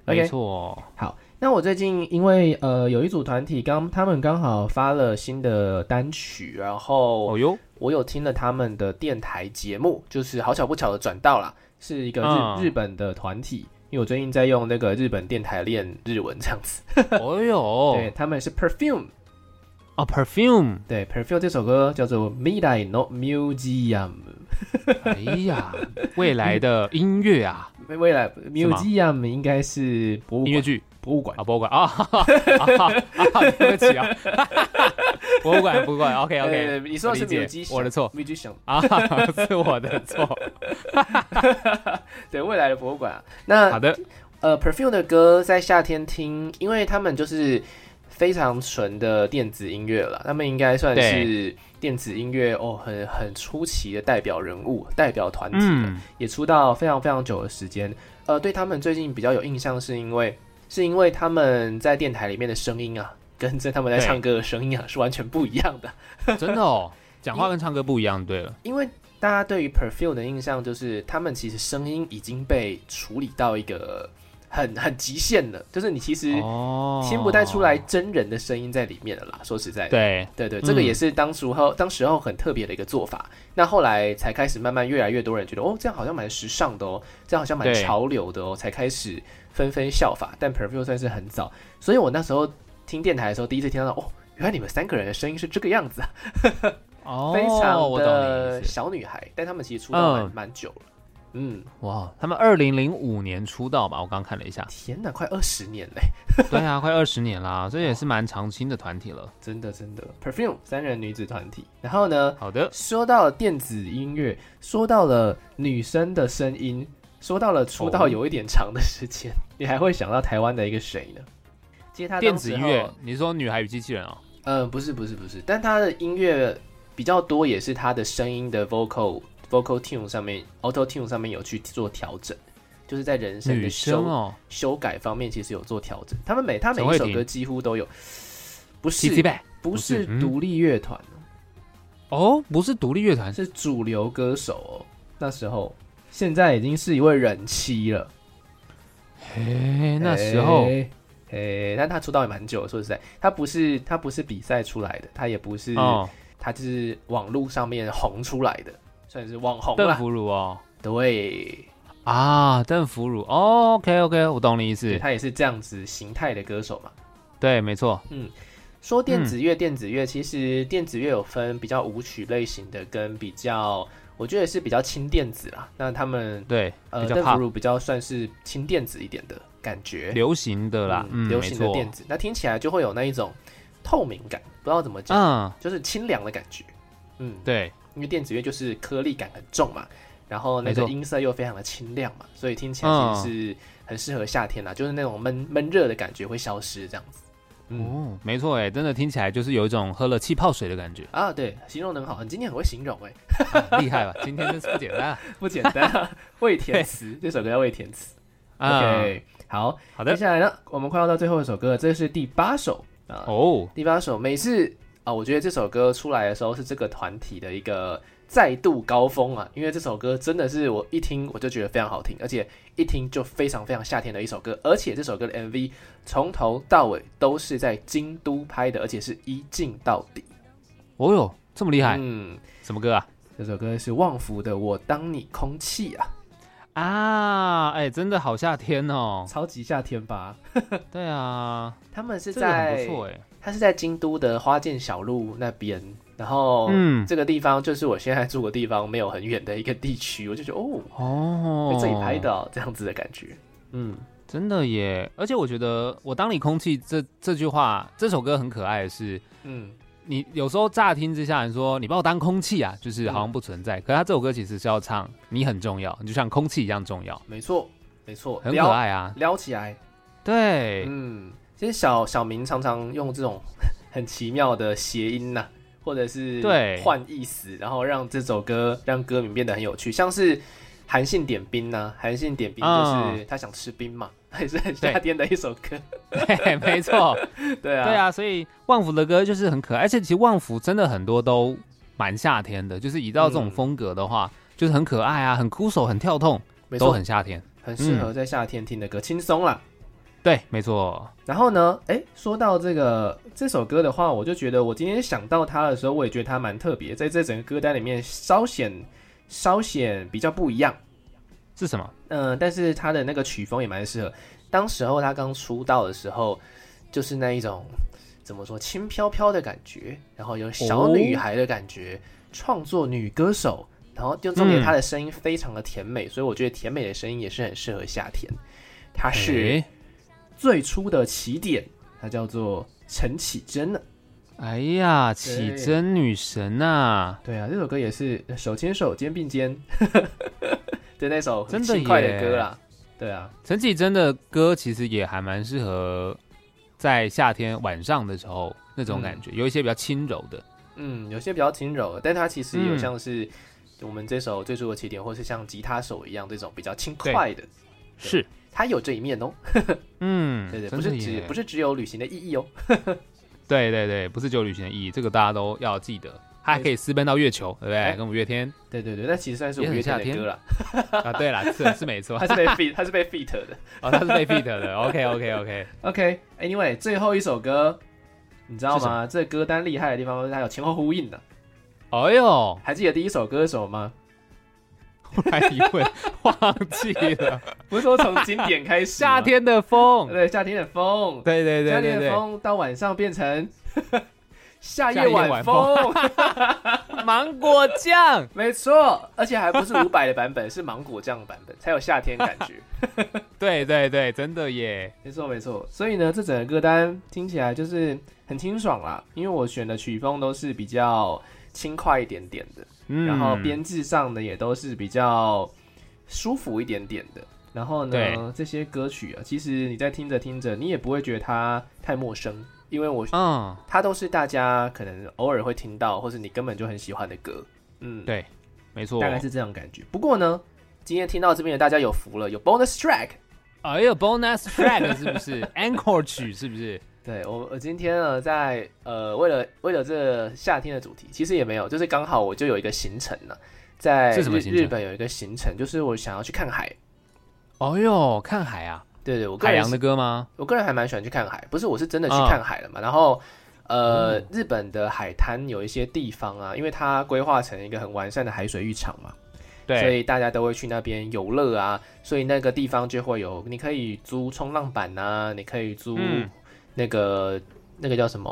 B: 没
A: OK，
B: 错，
A: 好，那我最近因为呃有一组团体刚他们刚好发了新的单曲，然后
B: 哦哟，
A: 我有听了他们的电台节目，就是好巧不巧的转到啦，是一个日、
B: 嗯
A: 日本的团体，因为我最近在用那个日本电台练日文这样子，
B: 哦哟，
A: 对，他们是 Perfume，
B: 哦，Perfume，
A: 对 Perfume 这首歌叫做《未来のミュージアム》。
B: 哎呀，未来的音乐啊，
A: 未未来
B: 吗
A: museum 应该是博物
B: 音乐
A: 馆，
B: 剧
A: 博物馆
B: 啊，博物馆啊，哈哈哈哈啊对不起啊，博物馆，博物馆，OK
A: 呃
B: OK，
A: 你说的是
B: 我理
A: musician，
B: 解我的错
A: musician，
B: 啊，是我的错，
A: 对未来的博物馆、啊。那
B: 好的，
A: 呃，Perfume 的歌在夏天听，因为他们就是非常纯的电子音乐了，他们应该算是电子音乐哦，很很出奇的代表人物、代表团体了。
B: 嗯。
A: 也出道非常非常久的时间。呃，对他们最近比较有印象，是因为是因为他们在电台里面的声音啊，跟在他们在
B: 对
A: 唱歌的声音啊是完全不一样 的。
B: 真的哦，讲话跟唱歌不一样。对了，
A: 因为大家对于 Perfume 的印象就是，他们其实声音已经被处理到一个很很极限了，就是你其实
B: 哦
A: 听不太出来。真人的声音在里面了啦。说实在的，
B: 对，
A: 对对，这个
B: 嗯
A: 也是当时候、当时候很特别的一个做法。那后来才开始慢慢越来越多人觉得，哦，这样好像蛮时尚的哦，这样好像蛮
B: 对
A: 潮流的哦，才开始纷纷效法。但 Perfume 算是很早，所以我那时候听电台的时候，第一次听到，哦，原来你们三个人的声音是这个样子啊，
B: 哦
A: 非常
B: 我懂你
A: 的
B: 的意思。
A: 小女孩。但他们其实出道蛮、
B: 嗯
A: 蛮久了，嗯，，
B: 哇，他们二零零五年出道吧？我刚看了一下
A: 天哪，快二十年嘞，
B: 对啊，快二十年啦，这也是蛮常青的团体了。
A: 真的真的，Perfume 三人女子团体。然后呢，
B: 好的，
A: 说到了电子音乐，说到了女生的声音，说到了出道
B: 哦
A: 有一点长的时间，你还会想到台湾的一个谁呢？接他
B: 电子音乐
A: 当时候，，
B: 你说《女孩与机器人》哦？
A: 呃，不是不是不是，但他的音乐比较多，也是他的声音的 vocal vocal tune 上面 auto tune 上面有去做调整，就是在人声
B: 女
A: 的
B: 生
A: 修、
B: 哦
A: 修改方面其实有做调整。他们每他每
B: 陈慧
A: 一首
B: 婷
A: 歌几乎都有，不
B: ，T
A: 是
B: C 呗？
A: 不
B: 不
A: 是
B: 是嗯
A: 独立乐团，
B: 哦，不是独立乐团，
A: 是主流歌手、哦，那时候现在已经是一位人妻了。
B: 哎，那时候
A: 诶、诶但他出道也蛮久了，说实在，他不是他不是比赛出来的，他也不是，
B: 哦，
A: 他就是网络上面红出来的，算是网红
B: 邓
A: 啦。
B: 福如哦。
A: 对，
B: 啊，邓福如哦，OK OK，我懂你意思。
A: 他也是这样子形态的歌手嘛。
B: 对，没错，
A: 说
B: 嗯
A: 电子乐，电子乐其实电子乐有分比较舞曲类型的，跟比较我觉得是比较轻电子啦。那他们
B: 对，
A: 呃，
B: 比较
A: 邓福
B: pop
A: 如比较算是轻电子一点的感觉。
B: 流行的啦，嗯，
A: 流
B: 没
A: 行的
B: 错。
A: 电子，那听起来就会有那一种透明感，不知道怎么讲，
B: 嗯，
A: 就是清凉的感觉。嗯，
B: 对，
A: 因为电子乐就是颗粒感很重嘛，然后那
B: 没
A: 个
B: 错嗯
A: 音色又非常的清亮嘛，所以听起来其实是很适合夏天啦，就是那种闷闷热的感觉会消失这样子。嗯，
B: 哦，没错哎，真的听起来就是有一种喝了气泡水的感觉
A: 啊，对，形容的很好，你今天很会形容哎、
B: 厉害吧？今天真是不简单啊！
A: 不简单、 啊，未填词，这首歌叫未填词。
B: 啊，
A: OK，好，
B: 好
A: 接
B: 的，
A: 下来呢，我们快要到最后一首歌了，这是第八首啊。
B: 哦，
A: 第八首，每次啊、我觉得这首歌出来的时候是这个团体的一个再度高峰啊，因为这首歌真的是我一听我就觉得非常好听，而且一听就非常非常夏天的一首歌，而且这首歌的 MV 从头到尾都是在京都拍的，而且是一镜到底。
B: 哦哟，这么厉害，
A: 嗯，
B: 什么歌啊？
A: 这首歌是旺福的《我当你空气》啊，
B: 啊，哎，真的好夏天哦。
A: 超级夏天吧？
B: 对啊，
A: 他们是
B: 这个很
A: 在
B: 不错哎。
A: 他是在京都的花见小路那边，然后
B: 嗯
A: 这个地方就是我现在住的地方，没有很远的一个地区，我就觉得哦，
B: 哦
A: 在，这里拍的哦、这样子的感觉，嗯，
B: 真的耶！而且我觉得“我当你空气这”这句话，这首歌很可爱的是，
A: 嗯，
B: 你有时候乍听之下，你说你把我当空气啊，就是
A: 嗯
B: 好像不存在。可是他这首歌其实是要唱你很重要，你就像空气一样重要，
A: 没错，没错，
B: 很可
A: 撩
B: 爱啊。
A: 撩起来，
B: 对，
A: 嗯，其实小小明常常用这种很奇妙的谐音呐、或者是
B: 对
A: 换意思，然后让这首歌让歌名变得很有趣，像是。韩信点兵呐、韩信点兵就是
B: 嗯
A: 他想吃冰嘛， 也是很夏天的一首歌。
B: 嘿没错，
A: 对啊，
B: 对，啊。所以旺福的歌就是很可爱，而且其实旺福真的很多都蛮夏天的，就是以到这
A: 嗯
B: 种风格的话，就是很可爱啊，很酷手，很跳动，
A: 没错
B: 都，很夏天。
A: 很适合在夏天听的歌，轻松啦。
B: 对，没错。
A: 然后呢，诶，说到这个这首歌的话，我就觉得我今天想到它的时候，我也觉得它蛮特别，在这整个歌单里面稍显稍显比较不一样。
B: 是什么？
A: 嗯、但是它的那个曲风也蛮适合。当时候他刚出道的时候，就是那一种怎么说轻飘飘的感觉，然后有小女孩的感觉，创作女歌手，然后就重点
B: 嗯
A: 她的声音非常的甜美，所以我觉得甜美的声音也是很适合夏天。她啊是、
B: 诶
A: 最初的起点，它叫做陈绮贞呢。
B: 哎呀，
A: 对
B: 启真女神呐、
A: 对啊，这首歌也是手牵手肩并肩的那首很
B: 真的
A: 轻快的
B: 耶
A: 歌啦。对啊，
B: 陈绮贞的歌其实也还蛮适合在夏天晚上的时候那种感觉，有一些比较轻柔的。
A: 嗯，有些比较轻柔，但它其实有
B: 嗯
A: 像是我们这首最初的起点，或是像吉他手一样这种比较轻快的，
B: 是，
A: 它有这一面哦。
B: 嗯，
A: 对对，
B: 真
A: 不
B: 的
A: 是只
B: 耶
A: 不是只有旅行的意义哦。
B: 对对对，不是只有旅行的意义，这个大家都要记得。它还可以私奔到月球，对不
A: 哎
B: 对？跟五月 天
A: 对对对，那其实算是五
B: 也很
A: 月
B: 夏
A: 天的
B: 天
A: 歌 啦，
B: 啊，对啦，是是没错
A: 它，是被 feat 它是被 feat 的。
B: 哦，他是被 feat 的。OK OK OK，
A: OK，Anyway，、最后一首歌，你知道
B: 是什
A: 吗？这歌单厉害的地方，它有前后呼应的。
B: 哎呦，
A: 还记得第一首歌是什么吗？
B: 忽然一问，忘记 了
A: 不是说从经典开 始吗，
B: 夏天的风，
A: 对夏天的风，
B: 对对对
A: 夏
B: 对
A: 天的
B: 对，
A: 风到晚上变成 夏
B: 夏
A: 夜
B: 夜
A: 晚
B: 晚
A: 风，
B: 芒果酱，
A: 没错，而且还不是伍佰的版本， 是芒果酱版本，才有夏天感 觉。
B: 对对对，真的耶，
A: 没错没错，所以呢，这整个歌单听起来就是很清爽啦，因为我选的曲风都是比较轻快一点点的，
B: 嗯
A: 然后编制上呢也都是比较舒服一点点的。然后
B: 对
A: 呢，这些歌曲啊，其实你在听着听着，你也不会觉得它太陌生，因为我
B: 嗯，
A: 它都是大家可能偶尔会听到，或是你根本就很喜欢的歌。嗯，
B: 对没错
A: 大，概是这样感觉。不过呢，今天听到这边的大家有福了，有 bonus track。
B: 哎呦，bonus track 是不是 encore 曲是不是？
A: 对我，我今天呢，在呃，为了为了这夏天的主题，其实也没有，就是刚好我就有一个行程呢、在
B: 是什么
A: 日
B: 行程
A: 日本有一个行程，就是我想要去看海。
B: 哎呦，看海啊，
A: 对对，我个
B: 海
A: 人
B: 洋的歌吗？
A: 我个人还蛮喜欢去看海，不是我是真的去
B: 啊嗯
A: 看海了嘛。然后，呃，日本的海滩有一些地方啊，因为它规划成一个很完善的海水浴场嘛，所
B: 对，
A: 以大家都会去那边游乐啊。所以那个地方就会有，你可以租冲浪板啊，你可以租
B: 嗯
A: 那个、那个叫什么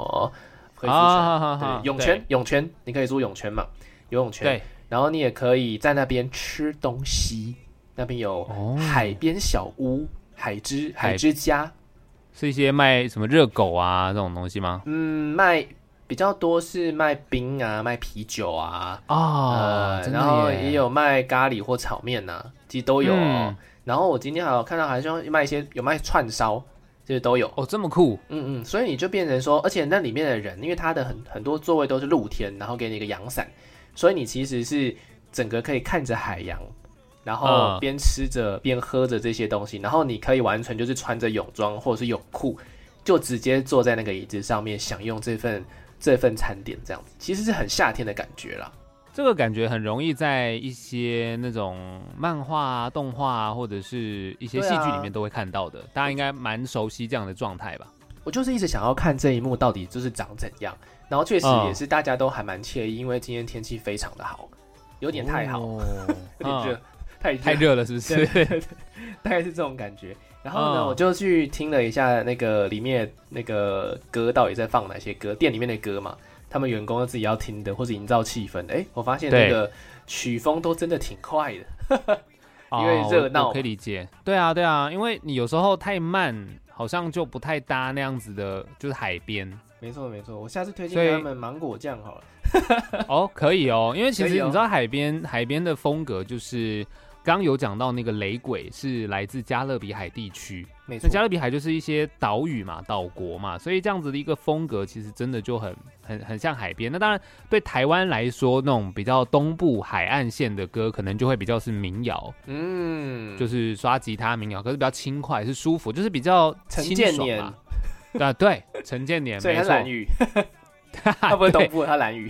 A: 恢复船，
B: 啊，好好
A: 对，泳圈，泳圈，你可以租泳圈嘛，游泳圈。
B: 对，
A: 然后你也可以在那边吃东西，那边有
B: 哦
A: 海边小屋、海之海
B: 海
A: 之家。
B: 是一些卖什么热狗啊这种东西吗？
A: 嗯，卖比较多是卖冰啊，卖啤酒啊，
B: 啊
A: 呃，
B: 真的
A: 然后
B: 耶
A: 也有卖咖喱或炒面呐、其实都有、哦
B: 嗯
A: 然后我今天还有看到好像卖一些有卖串烧，就是都有。
B: 哦，这么酷，
A: 嗯嗯，所以你就变成说，而且那里面的人，因为它的很很多座位都是露天，然后给你一个阳伞，所以你其实是整个可以看着海洋，然后
B: 嗯
A: 边吃着边喝着这些东西，然后你可以完全就是穿着泳装或者是泳裤，就直接坐在那个椅子上面享用这份这份餐点，这样子其实是很夏天的感觉啦。
B: 这个感觉很容易在一些那种漫画、啊、动画、啊、或者是一些
A: 对
B: 戏
A: 啊
B: 剧里面都会看到的，大家应该蛮熟悉这样的状态吧？
A: 我就是一直想要看这一幕到底就是长怎样，然后确实
B: 嗯
A: 也是大家都还蛮惬意，因为今天天气非常的好，有
B: 有
A: 点太好， 有点热
B: 哦嗯，
A: 太热
B: 太热了是不
A: 对
B: 是？
A: 大概是这种感觉。然后呢，
B: 嗯
A: 我就去听了一下那个里面那个歌到底在放哪些歌，店里面的歌嘛，他们员工自己要听的或者营造气氛的。哎，我发现那
B: 对
A: 个曲风都真的挺快的。因为
B: 哦
A: 热闹
B: 我
A: 嘛
B: 我可以理解。对啊，对啊，因为你有时候太慢，好像就不太搭那样子的，就是海边。
A: 没错没错，我下次推荐
B: 所以
A: 给他们芒果酱好了。
B: 哦，可以哦，因为其
A: 可
B: 实
A: 以哦
B: 你知道海边、海边的风格就是，刚刚有讲到那个雷鬼是来自加勒比海地区，
A: 没
B: 那
A: 错，
B: 加勒比海就是一些岛屿嘛、岛国嘛，所以这样子的一个风格其实真的就很很很像海边。那当然对台湾来说，那种比较东部海岸线的歌，可能就会比较是民谣，
A: 嗯，
B: 就是刷吉他民谣，可是比较轻快，是舒服，就是比较
A: 陈
B: 清
A: 建
B: 爽
A: 年
B: 嘛。 啊，对，陈建年，
A: 所以
B: 没
A: 他
B: 错
A: 蓝，雨，
B: 他
A: 他不是东部，他蓝雨，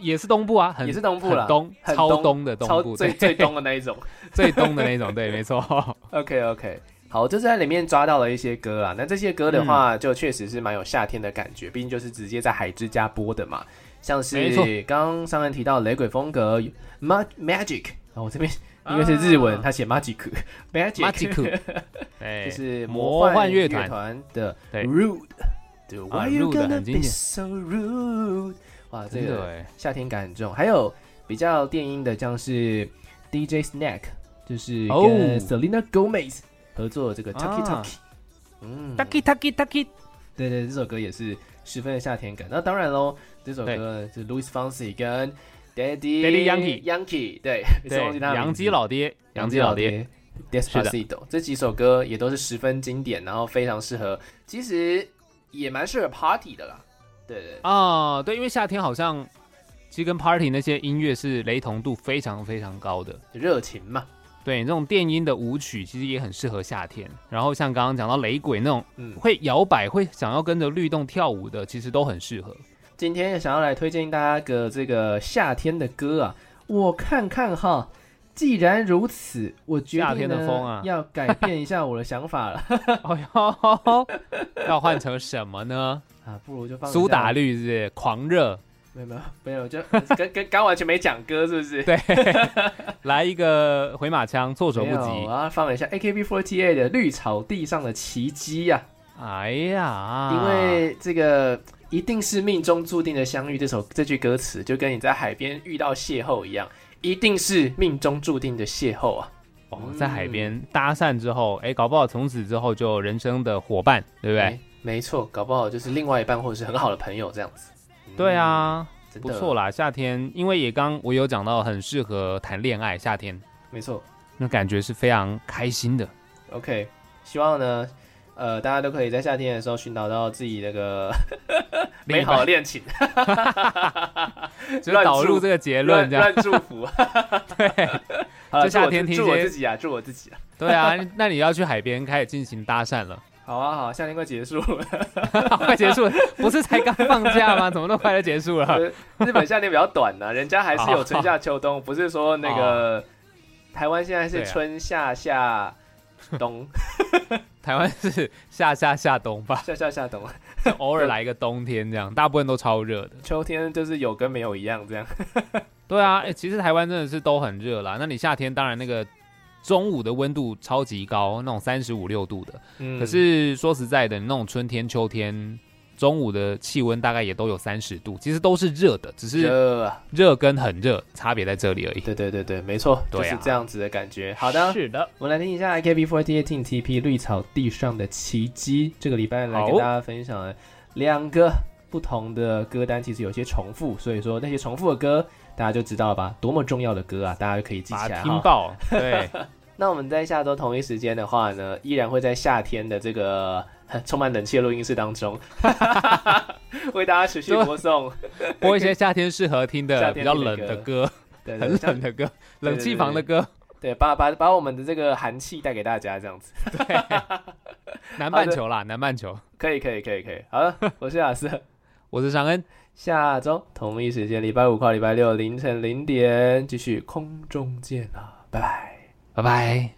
B: 也是东部啊，很
A: 也是东部
B: 很
A: 啦，
B: 东
A: 很
B: 超
A: 东
B: 东的
A: 超
B: 东部，
A: 最
B: 对，
A: 最东的那一 种。
B: 最东的那种，对，没 错。
A: OK OK，好，就是在里面抓到了一些歌啦。那这些歌的话，
B: 嗯
A: 就确实是蛮有夏天的感觉，毕竟就是直接在海之家播的嘛。像
B: 没错
A: 是刚刚上面提到雷鬼风格 Ma-，Magic，然后我这边因为是日文，
B: 啊
A: 它写 Magic，Magic，
B: Magic，对， 哎
A: 就是
B: 魔
A: 魔幻
B: 幻乐
A: 团
B: 团
A: 的
B: 对
A: Rude。对
B: 啊
A: ，Why you
B: ，Rude，
A: gonna
B: 很经
A: be
B: 典
A: so rude？哇，这
B: 真
A: 个
B: 的哎，
A: 夏天感很重。还有比较电音的，像是 DJ Snack，就是
B: 哦
A: 跟 Selena Gomez 合作的这个 Tucky
B: 啊
A: Tucky。嗯
B: taki taki taki，
A: 对对，这首歌也是十分的夏天感。那当然喽，这首歌是 Louis Fonsi 跟 Daddy
B: Daddy Yankee
A: Yankee，对，忘
B: 对，
A: 记他的名
B: 杨
A: 字
B: 基老爹，
A: 杨
B: 杨
A: 基
B: 基
A: 老
B: 老
A: 爹
B: 爹。
A: Despacito 这几首歌也都是十分经典，然后非常适合，其实也蛮适合 party 的啦。对对，
B: 啊，对，因为夏天好像其实跟 party 那些音乐是雷同度非常非常高的。
A: 热情嘛，
B: 对，这种电音的舞曲其实也很适合夏天。然后像刚刚讲到雷鬼那种
A: 嗯，
B: 会摇摆、会想要跟着律动跳舞的，其实都很适合。
A: 今天想要来推荐大家个这个夏天的歌啊，我看看哈。既然如此，我决定呢
B: 夏天的风啊
A: 要改变一下我的想法了
B: 哦哟，要换成什么呢？
A: 啊，不如就放一下
B: 苏打，绿是不是狂热，
A: 没有没有 没有，就跟跟刚完全没讲歌，是 不是？
B: 来一个回马枪，措手不
A: 没有
B: 及
A: 我。要放一下 AKB48 的《绿草地上的奇迹》啊，
B: 哎呀，
A: 因为这个一定是命中注定的相遇，这首这句歌词就跟你在海边遇到邂逅一样，一定是命中注定的邂逅啊。
B: 哦，在海
A: 嗯
B: 边搭讪之后，哎，搞不好从此之后就人生的伙伴，对不对？
A: 没没错，搞不好就是另外一半或者是很好的朋友这样子。嗯
B: 对，啊，
A: 真
B: 不
A: 的
B: 错啦，夏天，因为也刚我有讲到，很适合谈恋爱，夏天
A: 没错。
B: 那感觉是非常开心的。
A: OK，希望呢，呃，大家都可以在夏天的时候寻找到自己那个美好的 恋情，
B: 就是
A: 乱
B: 导
A: 祝
B: 入这个结论
A: 乱
B: 这样。
A: 乱祝 福。好了，
B: 就夏天
A: 祝
B: 听一
A: 我
B: 些
A: 祝我自己啊，祝我自己啊。
B: 对 啊，那你要去海边开始进行搭讪了，
A: 好啊，好啊，夏天快结束了。
B: 快结束了，不是才刚放假吗？怎么那么快就结束了？
A: 日本夏天比较短呢、人家还是有春夏秋冬，不是说那个台湾现在是
B: 啊对啊
A: 春夏夏冬，
B: 台湾是夏夏夏冬吧，
A: 夏夏夏冬，
B: 就偶尔来一个冬天这样，大部分都超热的。
A: 秋天就是有跟没有一样这样。
B: 对啊，哎，其实台湾真的是都很热啦。那你夏天当然那个中午的温度超级高，那种三十五六度的。
A: 嗯
B: 可是说实在的，那种春天、秋天中午的气温大概也都有三十度，其实都是热的，只是
A: 热啊，
B: 热跟很热差别在这里而已。
A: 对对对对，没错，就
B: 对啊
A: 是这样子的感觉。好的，
B: 是的，
A: 我们来听一下 AKB48 TP 绿草地上的奇迹。这个礼拜来
B: 好
A: 跟大家分享了两个不同的歌单，其实有些重复，所以说那些重复的歌，大家就知道了吧？多么重要的歌啊，大家就可以记
B: 把
A: 起来
B: 它
A: 哈
B: 听。爆， 对，
A: 那我们在下周同一时间的话呢，依然会在夏天的这个 充满冷气的录音室当中， 为大家持续播送。
B: 播一些夏天适合听
A: 夏
B: 的比
A: 天
B: 较
A: 听的
B: 冷的
A: 歌
B: 歌，
A: 对对
B: 很冷的歌，
A: 对对
B: 冷气房的歌，
A: 对，把把把我们的这个寒气带给大家，这样子。
B: 南半球啦，南半球。
A: 可以，可以，可以，可以。好了， 我是亚瑟，
B: 我是尚恩，
A: 下周同一时间，礼拜五啊跨礼拜六凌晨零点，继续空中见啦，拜拜。
B: 拜拜。